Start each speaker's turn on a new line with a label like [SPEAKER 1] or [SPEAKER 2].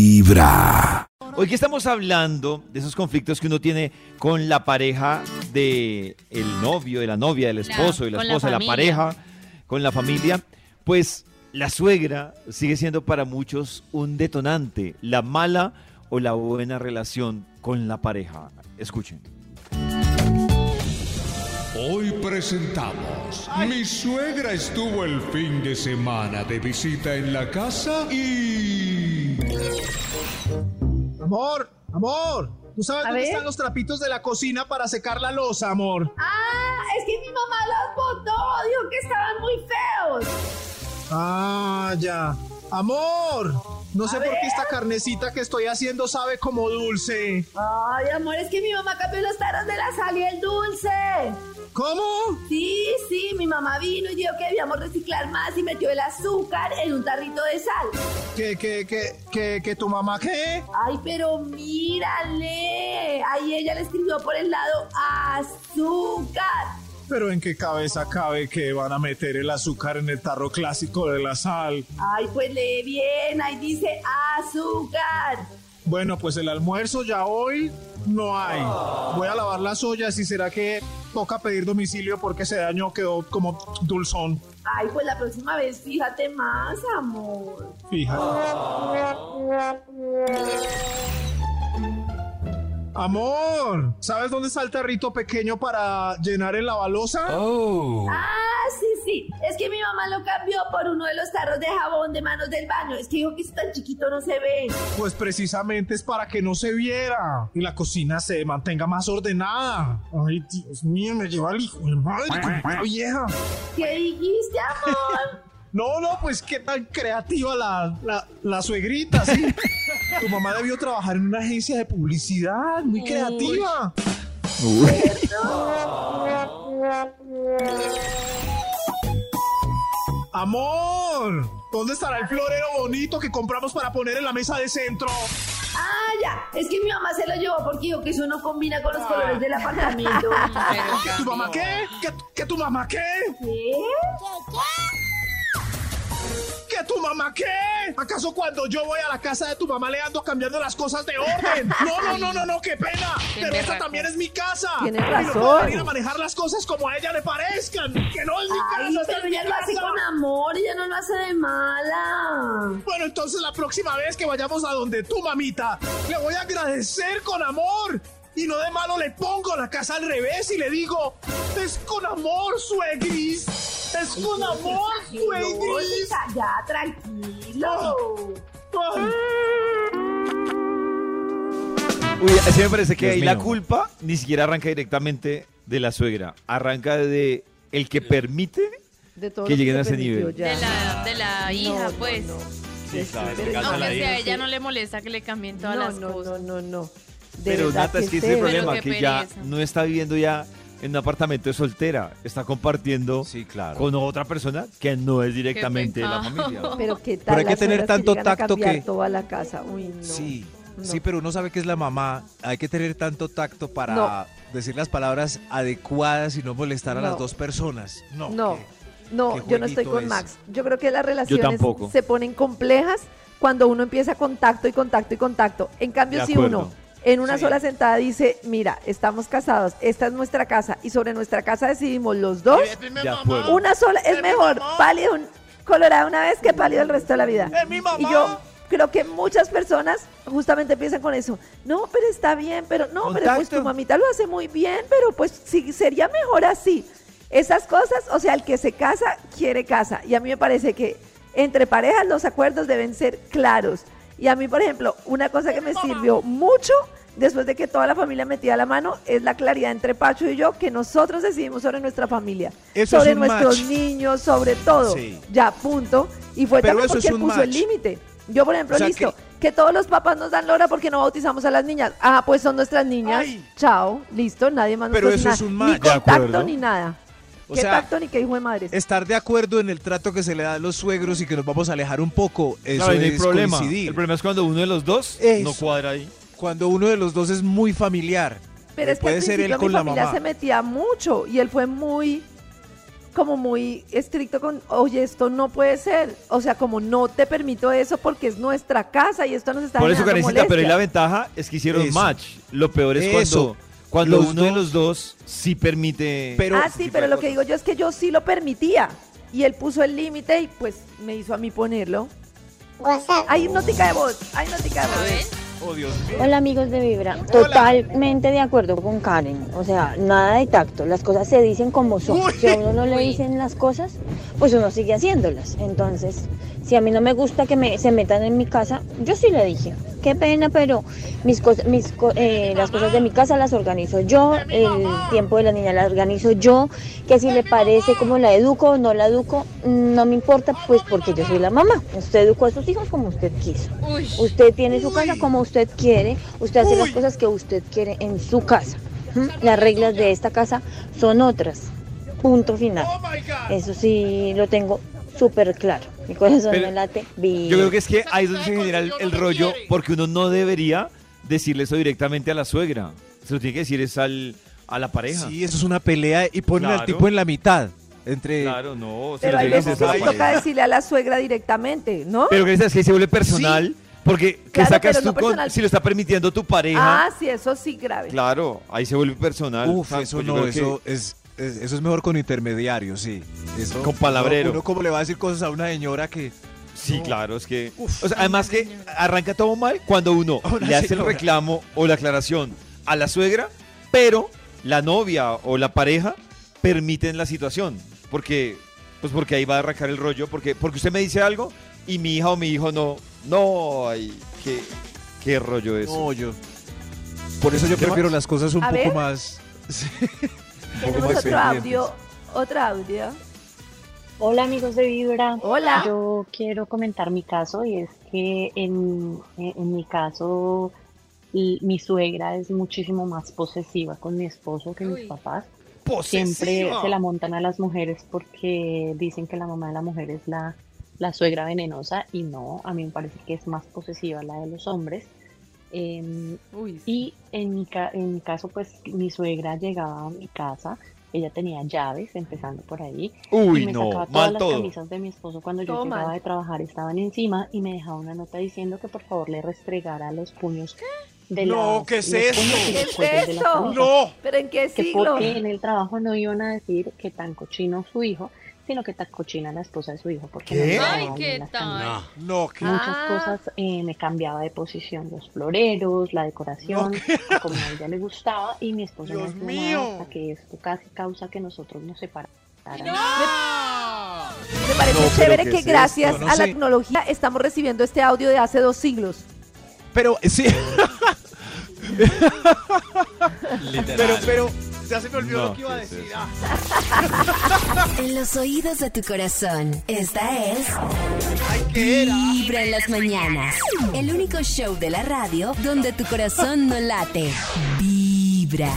[SPEAKER 1] Vibra.
[SPEAKER 2] Hoy que estamos hablando de esos conflictos que uno tiene con la pareja de el novio, de la novia, del esposo, de la
[SPEAKER 3] con la
[SPEAKER 2] esposa, de la
[SPEAKER 3] familia.
[SPEAKER 2] pareja, con la familia, pues la suegra sigue siendo para muchos un detonante, la mala o la buena relación con la pareja. Escuchen.
[SPEAKER 4] Hoy presentamos. Mi suegra estuvo el fin de semana de visita en la casa y...
[SPEAKER 5] Amor, amor, ¿tú sabes
[SPEAKER 6] A
[SPEAKER 5] dónde
[SPEAKER 6] ver.
[SPEAKER 5] están los trapitos de la cocina para secar la losa, amor?
[SPEAKER 6] Ah, es que mi mamá los botó, dijo que estaban muy feos.
[SPEAKER 5] Ah, ya. Amor, no sé
[SPEAKER 6] A
[SPEAKER 5] por
[SPEAKER 6] ver.
[SPEAKER 5] qué esta carnecita que estoy haciendo sabe como dulce.
[SPEAKER 6] Ay, amor, es que mi mamá cambió los taros de la sal y el dulce.
[SPEAKER 5] ¿Cómo?
[SPEAKER 6] Sí, sí, mi mamá vino y dijo que debíamos reciclar más y metió el azúcar en un tarrito de sal.
[SPEAKER 5] ¿Que, que, que, que, que tu mamá qué?
[SPEAKER 6] Ay, pero mírale. Ahí ella le escribió por el lado azúcar.
[SPEAKER 5] Pero en qué cabeza cabe que van a meter el azúcar en el tarro clásico de la sal.
[SPEAKER 6] Ay, pues lee bien, ahí dice azúcar.
[SPEAKER 5] Bueno, pues el almuerzo ya hoy no hay. Voy a lavar las ollas y será que toca pedir domicilio porque ese daño quedó como dulzón.
[SPEAKER 6] Ay, pues la próxima vez fíjate más, amor.
[SPEAKER 5] Fija. Amor, ¿sabes dónde está el tarrito pequeño para llenar en la balosa?
[SPEAKER 7] Oh.
[SPEAKER 6] Ah, sí, sí. Es que mi mamá lo cambió por uno de los tarros de jabón de manos del baño. Es que dijo que es tan chiquito no se ve.
[SPEAKER 5] Pues precisamente es para que no se viera y la cocina se mantenga más ordenada. Ay, Dios mío, me lleva el hijo de madre con esta vieja.
[SPEAKER 6] ¿Qué dijiste, amor?
[SPEAKER 5] No, no, pues qué tan creativa la, la, la suegrita, sí. tu mamá debió trabajar en una agencia de publicidad, muy creativa. Amor, ¿dónde estará el florero bonito que compramos para poner en la mesa de centro?
[SPEAKER 6] Ah, ya. Es que mi mamá se lo llevó porque dijo que eso no combina con los colores del apartamento.
[SPEAKER 5] ¿Que tu mamá qué? ¿Que, que tu mamá qué?
[SPEAKER 6] ¿Qué?
[SPEAKER 5] ¿Que tu mamá qué? ¿Acaso cuando yo voy a la casa de tu mamá le ando cambiando las cosas de orden? No, no, no, no, no, qué pena. Pero esta también es mi casa.
[SPEAKER 8] Tienes
[SPEAKER 5] Y no
[SPEAKER 8] razón.
[SPEAKER 5] puedo venir a manejar las cosas como a ella le parezcan. Que no es mi casa,
[SPEAKER 6] Ay,
[SPEAKER 5] esta es
[SPEAKER 6] pero
[SPEAKER 5] mi
[SPEAKER 6] ella lo hace
[SPEAKER 5] casa.
[SPEAKER 6] con amor, ella no lo hace de mala.
[SPEAKER 5] Bueno, entonces la próxima vez que vayamos a donde tu mamita, le voy a agradecer con amor. Y no de malo le pongo la casa al revés y le digo, es con amor, suegris. Es con amor, suegris.
[SPEAKER 6] Tranquilita, ya, tranquilo.
[SPEAKER 5] Ay.
[SPEAKER 2] Uy, así me parece que
[SPEAKER 7] Dios
[SPEAKER 2] ahí la
[SPEAKER 7] mío.
[SPEAKER 2] culpa ni siquiera arranca directamente de la suegra, arranca de el que permite.
[SPEAKER 8] de todo
[SPEAKER 2] Que
[SPEAKER 8] lo
[SPEAKER 2] lleguen
[SPEAKER 8] se
[SPEAKER 2] a ese
[SPEAKER 8] permitió
[SPEAKER 2] nivel.
[SPEAKER 8] ya.
[SPEAKER 3] De la, de la hija,
[SPEAKER 8] no,
[SPEAKER 3] pues.
[SPEAKER 8] no.
[SPEAKER 7] Sí,
[SPEAKER 8] Eso
[SPEAKER 7] claro,
[SPEAKER 8] es
[SPEAKER 7] se
[SPEAKER 8] verdad.
[SPEAKER 7] casa la
[SPEAKER 3] Aunque sea,
[SPEAKER 7] hija.
[SPEAKER 3] a ella no le molesta que le cambien todas
[SPEAKER 8] no,
[SPEAKER 3] las
[SPEAKER 8] no,
[SPEAKER 3] cosas.
[SPEAKER 8] no, no, no. De
[SPEAKER 2] Pero
[SPEAKER 8] verdad
[SPEAKER 2] Nata, es que ese es
[SPEAKER 8] sé.
[SPEAKER 2] el problema,
[SPEAKER 3] Pero qué
[SPEAKER 2] que ya
[SPEAKER 3] pereza.
[SPEAKER 2] no está viviendo ya en un apartamento de soltera, está compartiendo
[SPEAKER 7] Sí, claro.
[SPEAKER 2] con otra persona que no es directamente de la
[SPEAKER 3] pecado.
[SPEAKER 2] familia.
[SPEAKER 8] Pero qué tal
[SPEAKER 7] Pero hay que
[SPEAKER 8] las
[SPEAKER 7] tener
[SPEAKER 8] suegras
[SPEAKER 7] tanto
[SPEAKER 8] llegan a
[SPEAKER 7] tacto
[SPEAKER 8] cambiar
[SPEAKER 7] que-
[SPEAKER 8] toda la casa. Uy, no.
[SPEAKER 7] Sí,
[SPEAKER 8] no.
[SPEAKER 7] sí, pero uno sabe que es la mamá. Hay que tener tanto tacto para
[SPEAKER 8] No.
[SPEAKER 7] decir las palabras adecuadas y no molestar a las
[SPEAKER 8] No.
[SPEAKER 7] dos personas. No.
[SPEAKER 8] No, no,
[SPEAKER 7] qué
[SPEAKER 8] yo no estoy
[SPEAKER 7] jueguito
[SPEAKER 8] con
[SPEAKER 7] ese.
[SPEAKER 8] Max. Yo creo que las relaciones
[SPEAKER 2] tampoco.
[SPEAKER 8] se ponen complejas cuando uno empieza contacto y contacto y contacto. En cambio,
[SPEAKER 2] De
[SPEAKER 8] si
[SPEAKER 2] acuerdo.
[SPEAKER 8] uno en una
[SPEAKER 7] Sí.
[SPEAKER 8] sola sentada dice, mira, estamos casados, esta es nuestra casa y sobre nuestra casa decidimos los dos,
[SPEAKER 3] Eh,
[SPEAKER 2] De acuerdo.
[SPEAKER 8] una sola, es mejor pálido un colorado una vez que pálido el resto de la vida.
[SPEAKER 5] mi mamá.
[SPEAKER 8] Y yo creo que muchas personas justamente piensan con eso. No, pero está bien, pero no, pero pues
[SPEAKER 2] Contacto.
[SPEAKER 8] tu mamita lo hace muy bien, pero pues sí, sería mejor así. Esas cosas, o sea, el que se casa quiere casa. Y a mí me parece que entre parejas los acuerdos deben ser claros. Y a mí, por ejemplo, una cosa que me sirvió mucho después de que toda la familia metía la mano es la claridad entre Pacho y yo que nosotros decidimos sobre nuestra familia,
[SPEAKER 7] Eso es
[SPEAKER 8] sobre
[SPEAKER 7] un
[SPEAKER 8] nuestros
[SPEAKER 7] match.
[SPEAKER 8] niños, sobre todo.
[SPEAKER 7] Sí.
[SPEAKER 8] Ya, punto. Y fue
[SPEAKER 7] Pero
[SPEAKER 8] también
[SPEAKER 7] eso
[SPEAKER 8] porque
[SPEAKER 7] es
[SPEAKER 8] él
[SPEAKER 7] un
[SPEAKER 8] puso el
[SPEAKER 7] match.
[SPEAKER 8] límite. Yo, por ejemplo,
[SPEAKER 7] O sea,
[SPEAKER 8] listo, que... todos los papás nos dan lora porque no bautizamos a las niñas. Ah, pues son nuestras niñas. Chao, listo, nadie más nos
[SPEAKER 7] Pero
[SPEAKER 8] hace
[SPEAKER 7] eso es
[SPEAKER 8] nada.
[SPEAKER 7] un
[SPEAKER 8] Ni
[SPEAKER 7] match. De
[SPEAKER 8] contacto
[SPEAKER 7] acuerdo.
[SPEAKER 8] ni nada.
[SPEAKER 7] O
[SPEAKER 8] qué
[SPEAKER 7] sea,
[SPEAKER 8] tacto ni qué hijo de madres.
[SPEAKER 7] Estar de acuerdo en el trato que se le da a los suegros y que nos vamos a alejar un poco, eso
[SPEAKER 2] Claro, y no hay
[SPEAKER 7] es
[SPEAKER 2] problema.
[SPEAKER 7] coincidir.
[SPEAKER 2] El problema es cuando uno de los dos no
[SPEAKER 7] Eso.
[SPEAKER 2] cuadra ahí.
[SPEAKER 7] Cuando uno de los dos es muy familiar.
[SPEAKER 8] Pero es que
[SPEAKER 7] puede
[SPEAKER 8] al
[SPEAKER 7] ser él
[SPEAKER 8] principio
[SPEAKER 7] con
[SPEAKER 8] mi
[SPEAKER 7] la
[SPEAKER 8] familia
[SPEAKER 7] mamá.
[SPEAKER 8] se metía mucho y él fue muy como muy estricto con, oye, esto no puede ser. O sea, como no te permito eso porque es nuestra casa y esto nos está
[SPEAKER 2] Por eso,
[SPEAKER 8] generando
[SPEAKER 2] Karencita, pero ahí la
[SPEAKER 8] molestia.
[SPEAKER 2] ventaja es que hicieron
[SPEAKER 7] Eso.
[SPEAKER 2] match. Lo peor es
[SPEAKER 7] Eso.
[SPEAKER 2] cuando, cuando
[SPEAKER 7] Los
[SPEAKER 2] uno de
[SPEAKER 7] dos.
[SPEAKER 2] los dos sí permite.
[SPEAKER 7] Pero-
[SPEAKER 8] ah, sí, pero lo que digo yo es que yo sí lo permitía. Y él puso el límite y pues me hizo a mí ponerlo.
[SPEAKER 1] WhatsApp.
[SPEAKER 8] Hay hipnótica de voz, hay hipnótica de voz.
[SPEAKER 3] ¿Saben?
[SPEAKER 2] Oh, Dios mío.
[SPEAKER 1] Hola amigos de Vibra, totalmente de acuerdo con Karen, o sea, nada de tacto, las cosas se dicen como son,
[SPEAKER 5] Uy.
[SPEAKER 1] si a uno no le
[SPEAKER 3] Uy.
[SPEAKER 1] dicen las cosas, pues uno sigue haciéndolas, entonces, si a mí no me gusta que me, se metan en mi casa, yo sí le dije, qué pena, pero mis cosas, mis co- eh, las cosas de mi casa las organizo yo, el tiempo de la niña la organizo yo, que si le parece cómo la educo o no la educo, no me importa, pues porque yo soy la mamá, usted educó a sus hijos como usted quiso.
[SPEAKER 3] Uy.
[SPEAKER 1] Usted tiene su casa como usted quiere, usted hace las cosas que usted quiere en su casa. ¿Mm? Las reglas de esta casa son otras. Punto final.
[SPEAKER 5] ¡Oh, my God!
[SPEAKER 1] Eso sí lo tengo súper claro. Mi corazón
[SPEAKER 2] Pero
[SPEAKER 1] me late.
[SPEAKER 2] Yo creo que es que
[SPEAKER 3] Esa
[SPEAKER 2] ahí es
[SPEAKER 3] cosa
[SPEAKER 2] donde se
[SPEAKER 3] de
[SPEAKER 2] genera el,
[SPEAKER 3] condición
[SPEAKER 2] el
[SPEAKER 3] no me
[SPEAKER 2] rollo,
[SPEAKER 3] quiere.
[SPEAKER 2] porque uno no debería decirle eso directamente a la suegra. Se lo tiene que decir es al, a la pareja.
[SPEAKER 7] Sí, eso es una pelea y ponen al
[SPEAKER 2] Claro.
[SPEAKER 7] tipo en la mitad. Entre
[SPEAKER 2] Claro,
[SPEAKER 7] Oh,
[SPEAKER 2] no. se
[SPEAKER 8] Pero
[SPEAKER 2] lo
[SPEAKER 8] hay
[SPEAKER 2] tiene que decir
[SPEAKER 8] veces que
[SPEAKER 2] a la
[SPEAKER 8] le toca
[SPEAKER 2] pareja.
[SPEAKER 8] decirle a la suegra directamente, ¿no?
[SPEAKER 2] Pero Karencita, es que ahí se vuelve personal, porque ¿qué
[SPEAKER 8] Claro,
[SPEAKER 2] sacas
[SPEAKER 8] pero
[SPEAKER 2] tú
[SPEAKER 8] no
[SPEAKER 2] con-
[SPEAKER 8] personal.
[SPEAKER 2] si lo está permitiendo tu pareja?
[SPEAKER 8] ah, sí, eso sí, grave.
[SPEAKER 2] Claro, ahí se vuelve personal.
[SPEAKER 7] Uf,
[SPEAKER 2] Ah,
[SPEAKER 7] eso
[SPEAKER 2] pues yo
[SPEAKER 7] no,
[SPEAKER 2] creo que-
[SPEAKER 7] eso es, es- eso es mejor con intermediario, sí. Eso,
[SPEAKER 2] Con palabrero.
[SPEAKER 7] Uno, uno como le va a decir cosas a una señora que
[SPEAKER 2] Sí,
[SPEAKER 7] No.
[SPEAKER 2] claro, es que.
[SPEAKER 7] Uf.
[SPEAKER 2] o sea, además que arranca todo mal cuando uno
[SPEAKER 7] A una
[SPEAKER 2] le hace el
[SPEAKER 7] señora.
[SPEAKER 2] reclamo o la aclaración a la suegra, pero la novia o la pareja permiten la situación. Porque, pues porque ahí va a arrancar el rollo, porque, porque usted me dice algo y mi hija o mi hijo no. No, ay, qué, qué rollo eso.
[SPEAKER 7] no, yo. Por eso yo
[SPEAKER 2] ¿Qué
[SPEAKER 7] prefiero las cosas un
[SPEAKER 8] A
[SPEAKER 7] poco
[SPEAKER 8] ver.
[SPEAKER 7] más. sí, un poco
[SPEAKER 8] Tenemos
[SPEAKER 7] más
[SPEAKER 8] otro audio,
[SPEAKER 7] pendientes.
[SPEAKER 8] otro audio.
[SPEAKER 9] Hola amigos de Vibra.
[SPEAKER 8] Hola.
[SPEAKER 9] Yo quiero comentar mi caso y es que en, en mi caso l- mi suegra es muchísimo más posesiva con mi esposo que mis
[SPEAKER 3] Uy.
[SPEAKER 9] papás. Siempre se la montan a las mujeres porque dicen que la mamá de la mujer es la, la suegra venenosa y no, a mí me parece que es más posesiva la de los hombres. Em,
[SPEAKER 8] Uy,
[SPEAKER 9] y en mi, ca- en mi caso, pues mi suegra llegaba a mi casa, ella tenía llaves, empezando por ahí, y
[SPEAKER 2] Uy,
[SPEAKER 9] me
[SPEAKER 2] no,
[SPEAKER 9] sacaba todas
[SPEAKER 2] mal
[SPEAKER 9] las
[SPEAKER 2] todo.
[SPEAKER 9] camisas de mi esposo cuando yo
[SPEAKER 8] Todo mal.
[SPEAKER 9] llegaba de trabajar, estaban encima y me dejaba una nota diciendo que por favor le restregara los puños de
[SPEAKER 7] No,
[SPEAKER 9] las-
[SPEAKER 7] ¿qué es
[SPEAKER 9] los puños
[SPEAKER 7] eso?
[SPEAKER 9] y los
[SPEAKER 8] ¿Qué es
[SPEAKER 9] cuellos de las
[SPEAKER 8] eso?
[SPEAKER 9] camisas.
[SPEAKER 7] ¡No!
[SPEAKER 8] ¿Pero en qué
[SPEAKER 9] Que
[SPEAKER 8] siglo?
[SPEAKER 9] porque en el trabajo no iban a decir que tan cochino su hijo, sino que tan cochina la esposa de su hijo. Porque no
[SPEAKER 7] ¿Qué?
[SPEAKER 9] le
[SPEAKER 3] Ay,
[SPEAKER 9] lavaban bien
[SPEAKER 3] qué
[SPEAKER 9] las camisas.
[SPEAKER 3] tal.
[SPEAKER 7] No, que-
[SPEAKER 9] Muchas
[SPEAKER 8] Ah.
[SPEAKER 9] cosas eh, me cambiaba de posición, los floreros, la decoración, a como a ella le gustaba, y mi esposo no
[SPEAKER 7] Dios
[SPEAKER 9] hacía nada
[SPEAKER 7] mío.
[SPEAKER 9] hasta que esto casi causa que nosotros nos separáramos.
[SPEAKER 8] Me parece
[SPEAKER 2] No, pero
[SPEAKER 8] chévere
[SPEAKER 2] ¿qué
[SPEAKER 8] que
[SPEAKER 2] es
[SPEAKER 8] gracias
[SPEAKER 7] esto? No
[SPEAKER 8] a la
[SPEAKER 7] sé.
[SPEAKER 8] tecnología estamos recibiendo este audio de hace dos siglos.
[SPEAKER 7] Pero
[SPEAKER 2] eh,
[SPEAKER 7] sí.
[SPEAKER 5] Pero, pero, ya se me olvidó
[SPEAKER 2] No,
[SPEAKER 5] lo que iba a
[SPEAKER 2] ¿qué es
[SPEAKER 5] decir.
[SPEAKER 2] eso?
[SPEAKER 5] Ah.
[SPEAKER 10] En los oídos de tu corazón, esta es
[SPEAKER 5] Ay, ¿qué era?
[SPEAKER 10] Vibra en las mañanas. El único show de la radio donde tu corazón no late. Vibra.